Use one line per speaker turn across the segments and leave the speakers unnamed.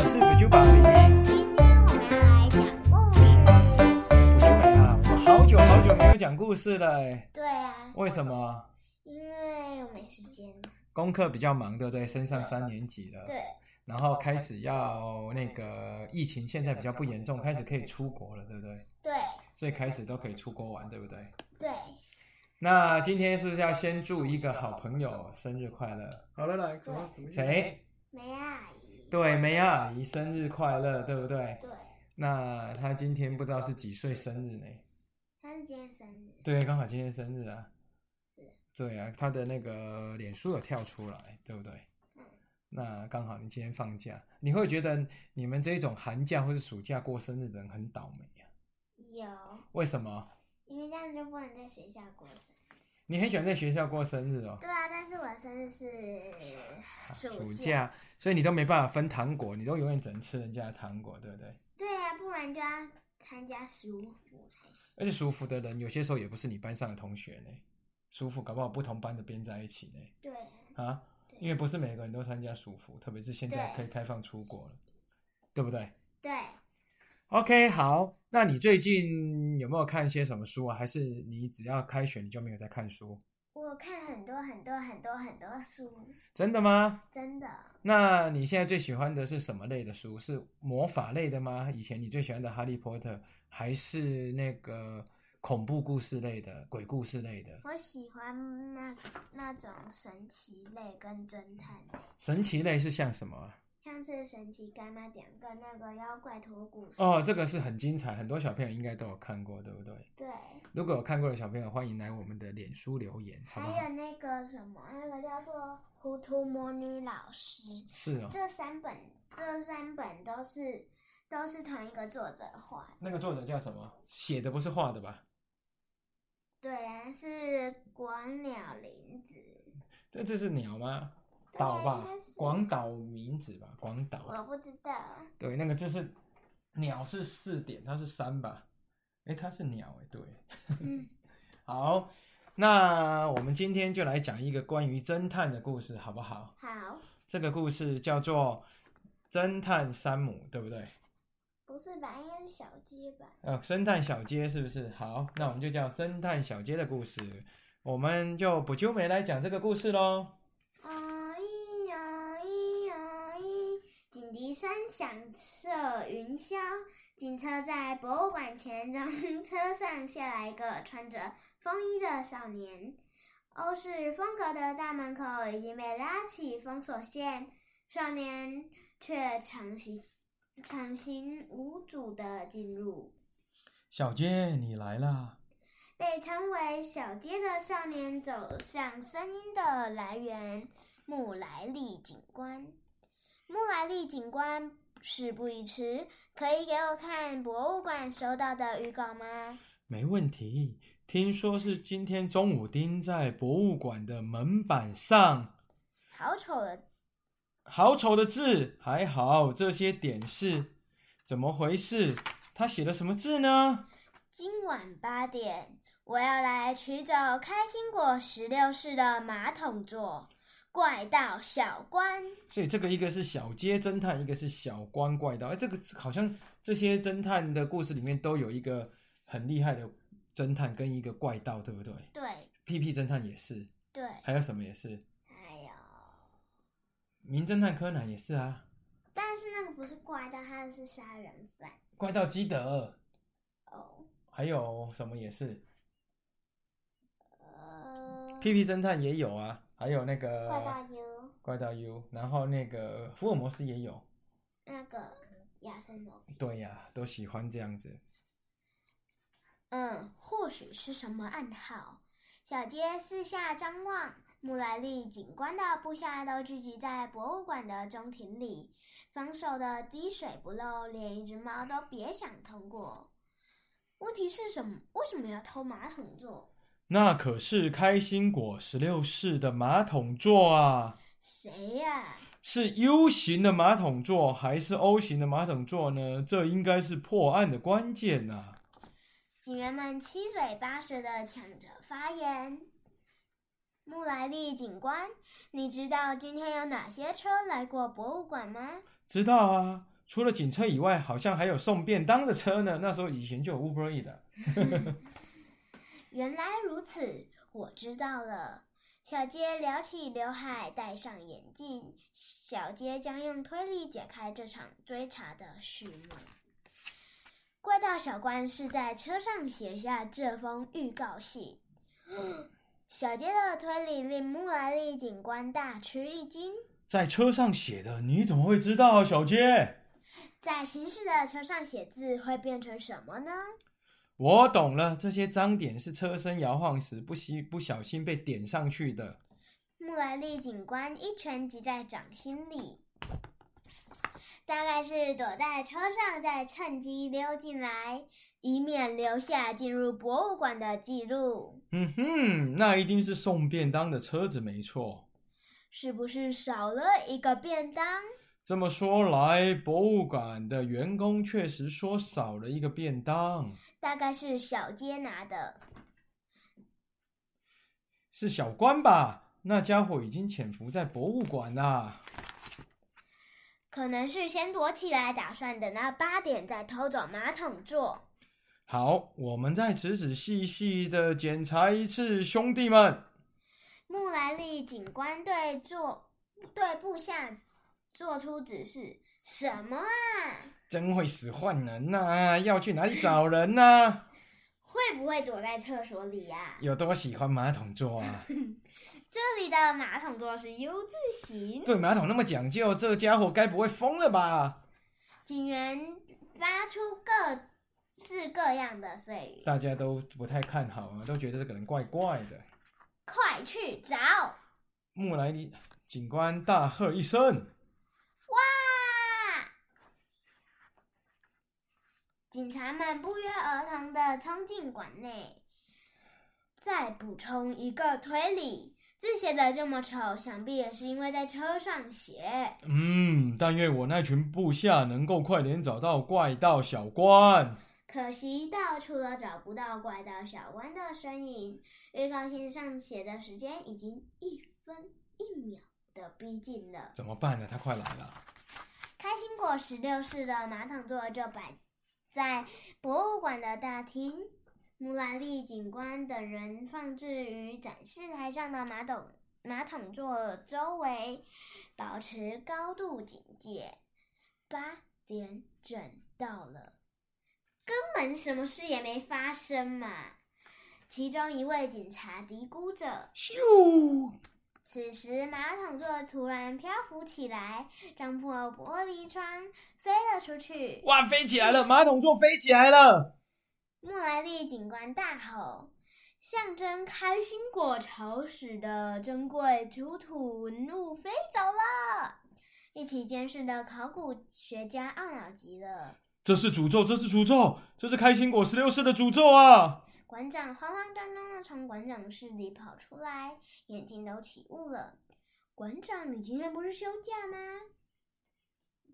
啊事了、欸，
对啊，
为什么？
因为我没时间。
功课比较忙，对不对？升上三年级了，
对，
然后开始要那个疫情，现在比较不严重，开始可以出国了，对不对？
对，
所以开始都可以出国玩，对不对？
对，
那今天是不是要先祝一个好朋友生日快乐？
好了啦，什么什么？
谁？
梅阿姨。
对，梅亚阿姨生日快乐，对不对？
对，
那她今天不知道是几岁生日呢？
她是今天生日。
对，刚好今天生日啊。
是。
对啊，她的那个脸书有跳出来，对不对？
嗯
那刚好你今天放假，你会觉得你们这种寒假或是暑假过生日的人很倒霉呀、
有，
为什么？
啊因为这样就不能在学校过生日。
你很喜欢在学校过生日哦，
对啊，但是我的生日是
暑
假。
假，所以你都没办法分糖果，你都永远只能吃人家的糖果，对不对？
对啊，不然就要参加十五服才行。
而且舒服的人有些时候也不是你班上的同学呢，舒服搞不好不同班的编在一起呢。
对啊，
啊，因为不是每个人都参加暑服，特别是现在
对
可以开放出国了，对不对
对，
？OK，好，那你最近有没有看些什么书啊？还是你只要开学你就没有在看书？
我看很多很多很多很多书，
真的吗？
真的。
那你现在最喜欢的是什么类的书？是魔法类的吗？以前你最喜欢的《哈利波特》，还是那个恐怖故事类的、鬼故事类的、
我喜欢那那种神奇类跟侦探类，
神奇类是像什么啊？
像是神奇干妈点跟那个妖怪托古斯。
哦，这个是很精彩，很多小朋友应该都有看过，对不对？
对，
如果有看过的小朋友，欢迎来我们的脸书留言，好
还
不好
有？那个什么，那个叫做糊涂魔女老师，
是哦，
这三本这三本都是都是同一个作者画的。
那个作者叫什么？写的不是画的吧？
对啊，是广鸟林子。
这这是鸟吗？
对
岛吧
应该，是
广岛名字吧，广
我
岛。
不知 道，
对，那个就是鸟是四点，它是三吧？诶，它是鸟诶，对。
嗯，
好，那我们今天就来讲一个关于侦探的故事，好不好？
好，
这个故事叫做《侦探山姆》，对不对？
不是吧？应该是小鸡吧？
呃，生态小街是不是？好，那我们就叫生态小街的故事，我们就补救美来讲这个故事喽。
哦咦哦咦哦咦，警笛声响彻云霄，警车在博物馆前从 车上下来一个穿着风衣的少年。欧式风格的大门口已经被拉起封锁线，少年却强行强行无阻的进入。
小街，你来啦！
被称为小街的少年走向声音的来源——木莱利警官。木莱利警官，事不宜迟，可以给我看博物馆收到的预告吗？
没问题，听说是今天中午钉在博物馆的门板上，
好丑的，
好丑的字！还好这些点是怎么回事？他写了什么字呢？
今晚八点，我要来取走开心果十六式的马桶座怪盗小关。
所以这个一个是小街侦探，一个是小关怪盗。哎，这个好像这些侦探的故事里面都有一个很厉害的侦探跟一个怪盗，对不对？
对
屁屁侦探也是，
对，哎
还有什么也是，
还有，
名侦探柯南也是啊，
但是那个不是怪盗，他是杀人犯
怪盗基德，
哦。
还有什么也是，
呃，
屁屁侦探也有啊，还有那个
怪盗 U
怪盗 U，然后那个福尔摩斯也有。
那个亚森罗宾。
对呀、都喜欢这样子。
嗯，或许是什么暗号。小街四下张望，穆莱利警官的部下都聚集在博物馆的中庭里，防守的滴水不漏，连一只猫都别想通过。问题是什么？为什么要偷马桶座？
那可是开心果十六式的马桶座啊！
谁呀、
是 U 型的马桶座还是 O 型的马桶座呢？这应该是破案的关键呐、
警员们七嘴八舌的抢着发言。穆莱利警官，你知道今天有哪些车来过博物馆吗？
知道啊，除了警车以外，好像还有送便当的车呢。那时候以前就有 Uber E 的。
原来如此，我知道了。小杰撩起刘海，戴上眼镜。小杰将用推理解开这场追查的序幕。怪盗小关是在车上写下这封预告信。小杰的推理令穆莱利警官大吃一惊。
在车上写的，你怎么会知道，啊小杰？
在行驶的车上写字会变成什么呢？
我懂了，这些脏点是车身摇晃时不惜不小心被点上去的。
穆莱利警官一拳击在掌心里，大概是躲在车上，再趁机溜进来，以免留下进入博物馆的记录。
嗯哼，那一定是送便当的车子没错。
是不是少了一个便当？
这么说来，博物馆的员工确实说少了一个便当，
大概是小杰拿的。
是小关吧？那家伙已经潜伏在博物馆啦。
可能是先躲起来，打算等到八点再偷走马桶座。
好，我们再仔仔细细的检查一次，兄弟们。
穆莱利警官对做对部下做出指示：什么啊？
真会使唤人呐、要去哪里找人呐、
会不会躲在厕所里呀、
有多喜欢马桶座啊？
这里的马桶座是 U 字形。
对马桶那么讲究，这家伙该不会疯了吧？
警员发出各式各样的碎语，
大家都不太看好啊，都觉得这个人怪怪的。
快去找！
穆莱尼警官大喝一声，
哇！警察们不约而同的冲进馆内。再补充一个推理，字写的这么丑，想必也是因为在车上写。
嗯，但愿我那群部下能够快点找到怪盗小关。
可惜到处都找不到怪盗小关的身影。预告信上写的时间已经一分一秒的逼近了。
怎么办呢？他快来了。
开心果十六世的马桶座就摆在博物馆的大厅，穆拉利警官等人放置于展示台上的马桶马桶座周围，保持高度警戒。八点整到了，根本什么事也没发生嘛。其中一位警察嘀咕着。
咻！
此时，马桶座突然漂浮起来，撞破玻璃窗，飞了出去。
哇，飞起来了！马桶座飞起来了！
穆莱利警官大吼，象征开心果潮使的珍贵出土文物飞走了。一起监视的考古学家懊恼极了，
这是诅咒，这是诅咒，这是开心果十六世的诅咒啊！
馆长慌慌张张的从馆长室里跑出来，眼睛都起雾了。馆长，你今天不是休假吗？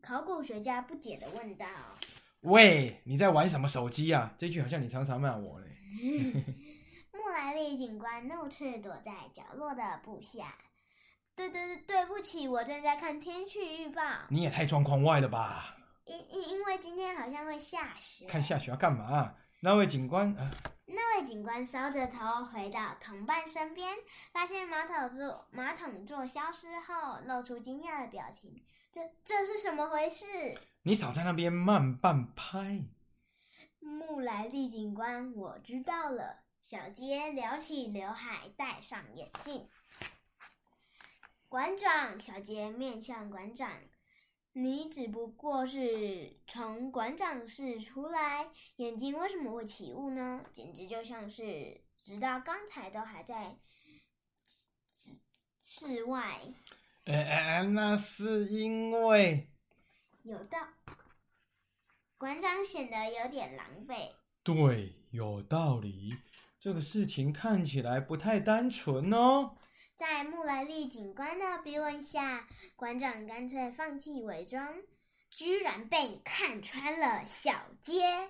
考古学家不解的问道。
喂，你在玩什么手机啊？这句好像你常常骂我嘞。
穆莱利警官怒斥躲在角落的部下：“对对对，对不起，我正在看天气预报，
你也太状况外了吧？
因因因为今天好像会下雪。”
看下雪要干嘛？那位警官，啊、
那位警官搔着头回到同伴身边，发现马桶座马桶座消失后，露出惊讶的表情：“这这是什么回事
你少在那边慢半拍。？”
穆莱利警官，我知道了。小杰撩起刘海，戴上眼镜。馆长，小杰面向馆长，你只不过是从馆长室出来，眼睛为什么会起雾呢？简直就像是直到刚才都还在室室外。
哎哎哎，那是因为
有道，馆长显得有点狼狈。
对，有道理。这个事情看起来不太单纯哦。
在穆莱利警官的逼问下，馆长干脆放弃伪装，居然被你看穿了小街。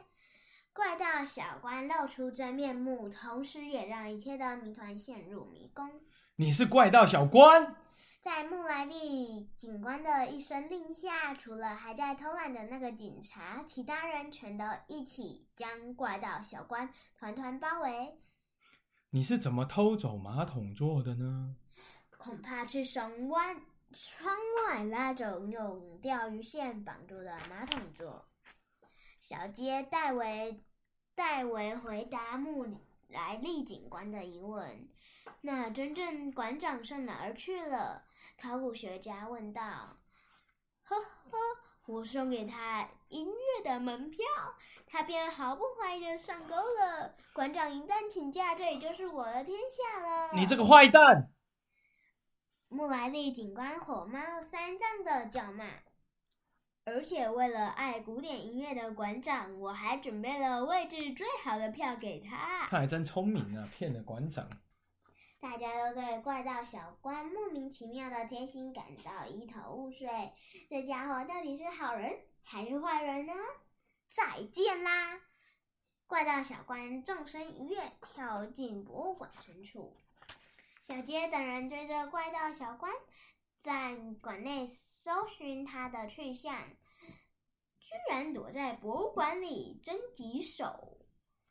怪盗小关露出真面目，同时也让一切的谜团陷入迷宫。
你是怪盗小关，
在穆莱利警官的一声令下，除了还在偷懒的那个警察，其他人全都一起将怪盗小关团团包围。
你是怎么偷走马桶座的呢？
恐怕是从外窗外拉走用钓鱼线绑住的马桶座。小街代为代为回答木来利警官的疑问。那真正馆长上哪儿去了？考古学家问道。呵呵，我送给他音乐的门票，他便毫不怀疑的上钩了。馆长一旦请假，这也就是我的天下了。
你这个坏蛋！
木莱利警官火冒三丈的叫骂，而且为了爱古典音乐的馆长，我还准备了位置最好的票给他。
他还真聪明啊，骗了馆长。
大家都对怪盗小关莫名其妙的贴心感到一头雾水，这家伙到底是好人还是坏人呢？再见啦！怪盗小关纵身一跃，跳进博物馆深处。小杰等人追着怪盗小关，在馆内搜寻他的去向，居然躲在博物馆里真棘手。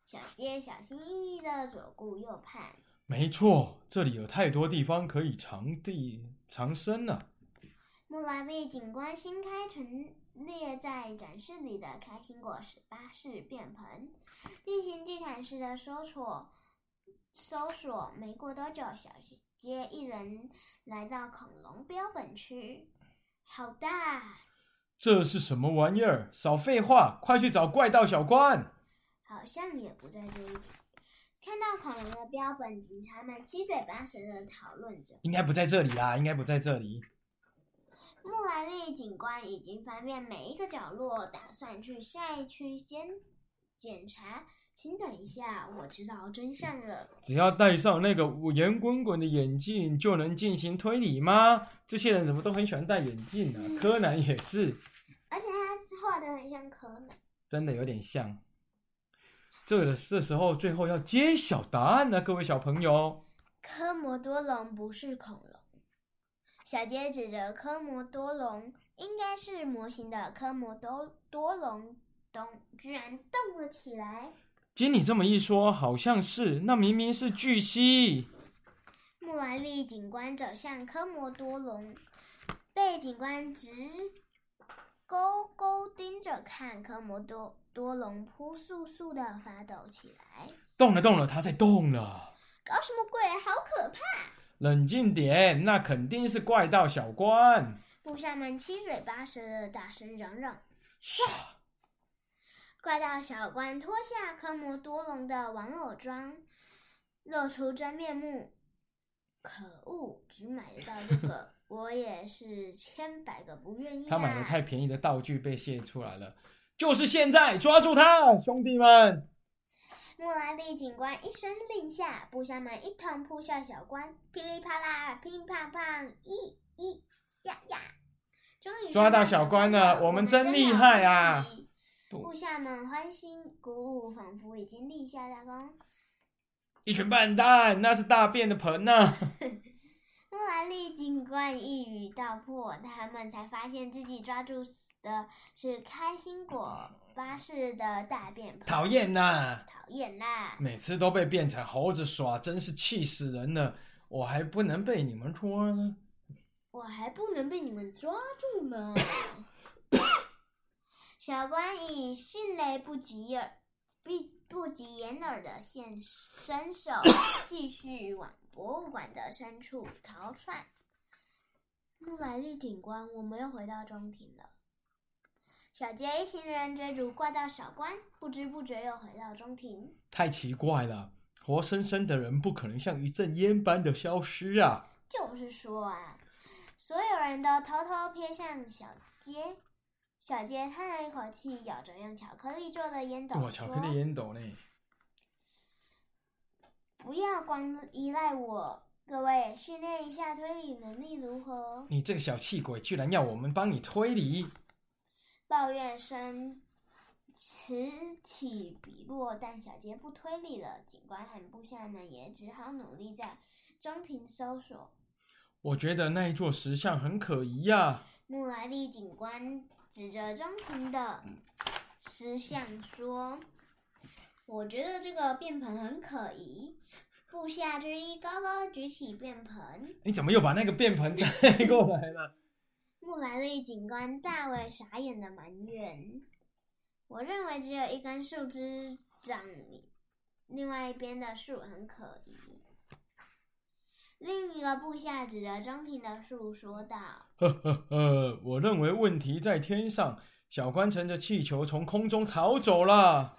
小杰小心翼翼的左顾右盼，
没错，这里有太多地方可以藏地藏身啊了、
木拉利警官新开陈列在展示里的开心果十八式便盆，进行地毯式的搜索。搜索没过多久，小杰一人来到恐龙标本区，好大！
这是什么玩意儿？少废话，快去找怪盗小关！
好像也不在这里。看到恐龙的标本，警察们七嘴八舌的讨论着。
应该不在这里啦，应该不在这里。
木兰丽警官已经翻遍每一个角落，打算去下一区先检查。请等一下，我知道真相了。
只要戴上那个圆滚滚的眼镜，就能进行推理吗？这些人怎么都很喜欢戴眼镜呢、
嗯
柯南也是，
而且他画的很像柯南。
真的有点像。这个这时候最后要揭晓答案了，各位小朋友。
科摩多龙不是恐龙。小杰指着科摩多龙，应该是模型的科摩多多龙动，居然动了起来。
经你这么一说，好像是，那明明是巨蜥。
穆莱利警官走向科摩多龙，被警官直勾勾盯着看，科摩多多龙扑簌簌的发抖起来。
动了动了，它在动了。
搞什么鬼？好可怕！
冷静点，那肯定是怪盗小关。
部下们七嘴八舌的大声嚷嚷。
唰，
怪盗小关脱下科摩多龙的玩偶装，露出真面目。可恶，只买得到这个，我也是千百个不愿意、啊。
他买了太便宜的道具被泄出来了，就是现在，抓住他，兄弟们！
莫拉利警官一声令下，部下们一同扑向小关，噼里啪啦，乒乓乓，一一呀呀，终于
抓到小关了我
我
们真
真
厉
了
害
不
啊
起！
不
部下们欢欣鼓舞，仿佛已经立下大功。
一群笨蛋，那是大便的盆呐、
莫拉利警官一语道破，他们才发现自己抓住的是开心果巴士的大便盆，
讨厌呐、
讨厌啦！
每次都被变成猴子耍，真是气死人了！我还不能被你们抓呢。
我还不能被你们抓住呢！小关以迅雷不及耳、不不及掩耳的现身手，继续往博物馆的深处逃窜。木莱利警官，我们又回到中庭了。小杰一行人追逐怪盗小关，不知不觉又回到中庭。
太奇怪了，活生生的人不可能像一阵烟般的消失啊！
就是说啊，所有人都偷偷瞥向小街。小街叹了一口气，咬着用巧克力做的烟斗说：“
哇，巧克力烟斗呢？
不要光依赖我，各位训练一下推理能力如何？”
你这个小气鬼，居然要我们帮你推理！
抱怨声此起彼落，但小杰不推理了。警官和部下们也只好努力在中庭搜索。
我觉得那一座石像很可疑呀、
穆莱利警官指着张庭的石像说：“我觉得这个便盆很可疑，部下之一高高举起便盆。
你怎么又把那个便盆 带过来了？
木兰丽警官大为傻眼的埋怨：“我认为只有一根树枝长，另外一边的树很可疑。”另一个部下指着中庭的树说道
呵呵呵，我认为问题在天上，小关乘着气球从空中逃走了。：“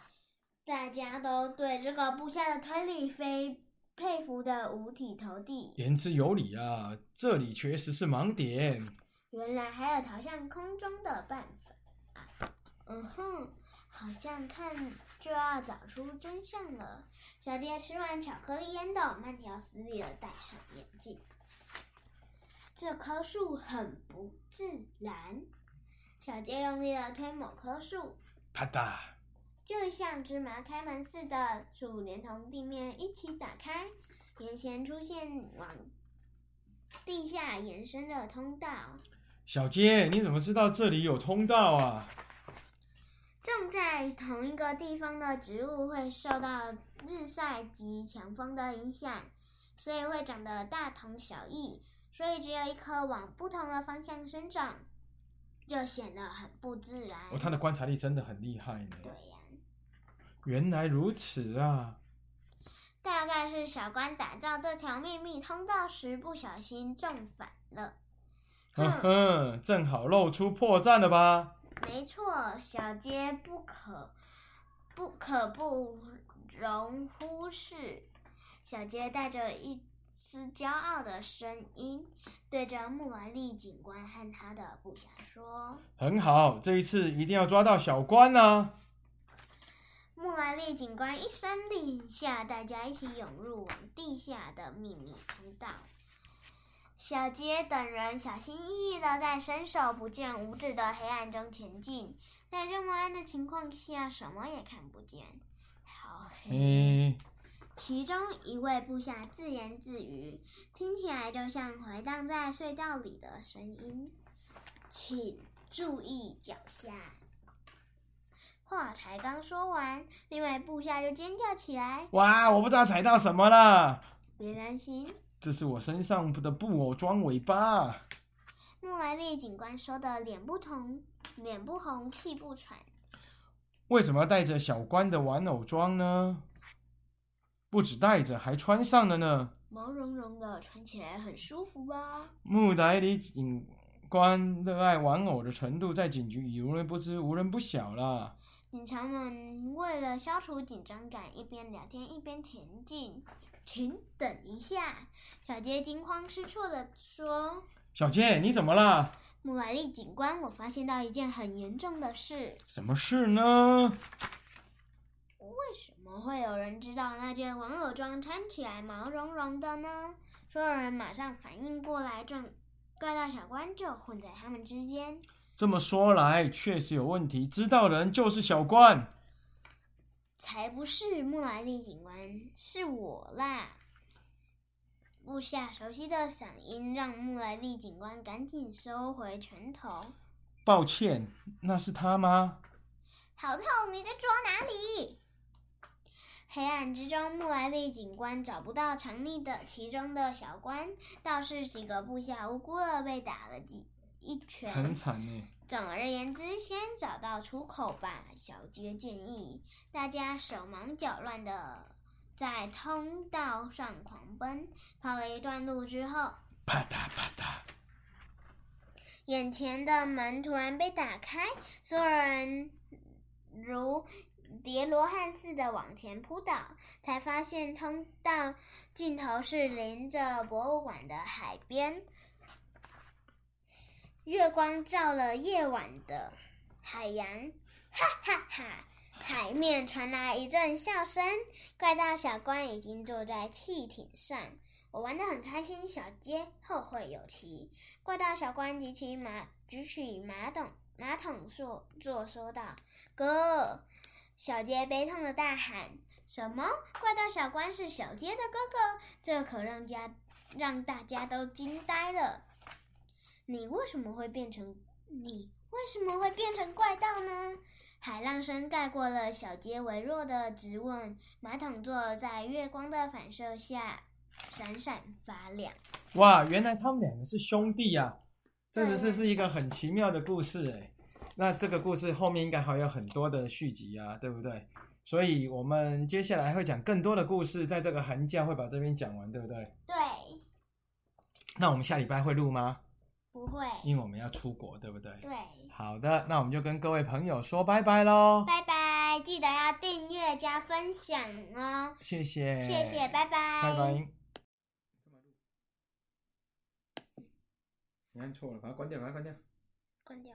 大家都对这个部下的推理非佩服的五体投地。”
言之有理啊，这里确实是盲点。
原来还有逃向空中的办法、嗯哼，好像看就要找出真相了。小杰吃完巧克力烟斗，慢条斯理的戴上眼镜。这棵树很不自然。小杰用力的推某棵树，
啪嗒，
就像芝麻开门似的，树连同地面一起打开，眼前出现往地下延伸的通道。
小杰，你怎么知道这里有通道啊？
种在同一个地方的植物会受到日晒及强风的影响，所以会长得大同小异。所以只有一颗往不同的方向生长，就显得很不自然。
哦，他的观察力真的很厉害呢。
对呀、
原来如此啊！
大概是小关打造这条秘密通道时不小心种反了。
呵
哼。
呵，啊正好露出破绽了吧？
没错，小街不可不可不容忽视。小街带着一丝骄傲的声音，对着木兰丽警官和他的部下说
很好，这一次一定要抓到小关啊呢、：“
木兰丽警官一声令下，大家一起涌入往地下的秘密通道。”小杰等人小心翼翼的在伸手不见五指的黑暗中前进，在这么暗的情况下，什么也看不见，好黑。
嗯，
其中一位部下自言自语，听起来就像回荡在隧道里的声音。请注意脚下。话才刚说完，另外部下就尖叫起来。
哇，我不知道踩到什么了。
别担心，
这是我身上的布偶装尾巴。
穆莱利警官说的脸不红，脸不红，气不喘。
为什么要带着小关的玩偶装呢？不止带着，还穿上了呢。
毛茸茸的，穿起来很舒服吧？
木乃里警官热爱玩偶的程度，在警局已无人不知，无人不晓啦。
警察们为了消除紧张感，一边聊天一边前进。请等一下，小杰惊慌失措地说
小杰，你怎么啦？：“
穆莱利警官，我发现到一件很严重的事。
什么事呢？
为什么会有人知道那件玩偶装穿起来毛茸茸的呢？”所有人马上反应过来，正怪盗小关就混在他们之间。
这么说来，确实有问题。知道的人就是小关。
才不是木兰丽警官，是我啦！部下熟悉的嗓音让木兰丽警官赶紧收回拳头。
抱歉，那是他吗？
好痛！你在抓哪里？黑暗之中，木兰丽警官找不到藏匿的其中的小关，倒是几个部下无辜的被打了几一拳。
很惨欸呢。
总而言之，先找到出口吧。小杰建议大家手忙脚乱的在通道上狂奔，跑了一段路之后，
啪嗒啪嗒，
眼前的门突然被打开，所有人如叠罗汉似的往前扑倒，才发现通道尽头是临着博物馆的海边。月光照了夜晚的海洋，哈哈哈！海面传来一阵笑声，怪盗小关已经坐在汽艇上。我玩得很开心，小杰后会有期。怪盗小关举起马举起马桶马桶座座说道：“哥！”小杰悲痛的大喊：“什么？怪盗小关是小杰的哥哥？这可让家让大家都惊呆了！你为什么会变成你为什么会变成怪盗呢？”海浪声盖过了小杰微弱的质问。马桶座在月光的反射下闪闪发亮。
哇，原来他们两个是兄弟呀、这个
对
是是一个很奇妙的故事哎。那这个故事后面应该还有很多的续集啊，对不对？所以我们接下来会讲更多的故事，在这个寒假会把这边讲完，对不对？
对，
那我们下礼拜会录吗？
不会，
因为我们要出国，对不对？
对，
好的，那我们就跟各位朋友说拜拜喽，
拜拜，记得要订阅加分享哦，
谢谢，
谢谢，拜拜，
哎拜拜。你按错了，把它关掉，把它关掉。
关掉。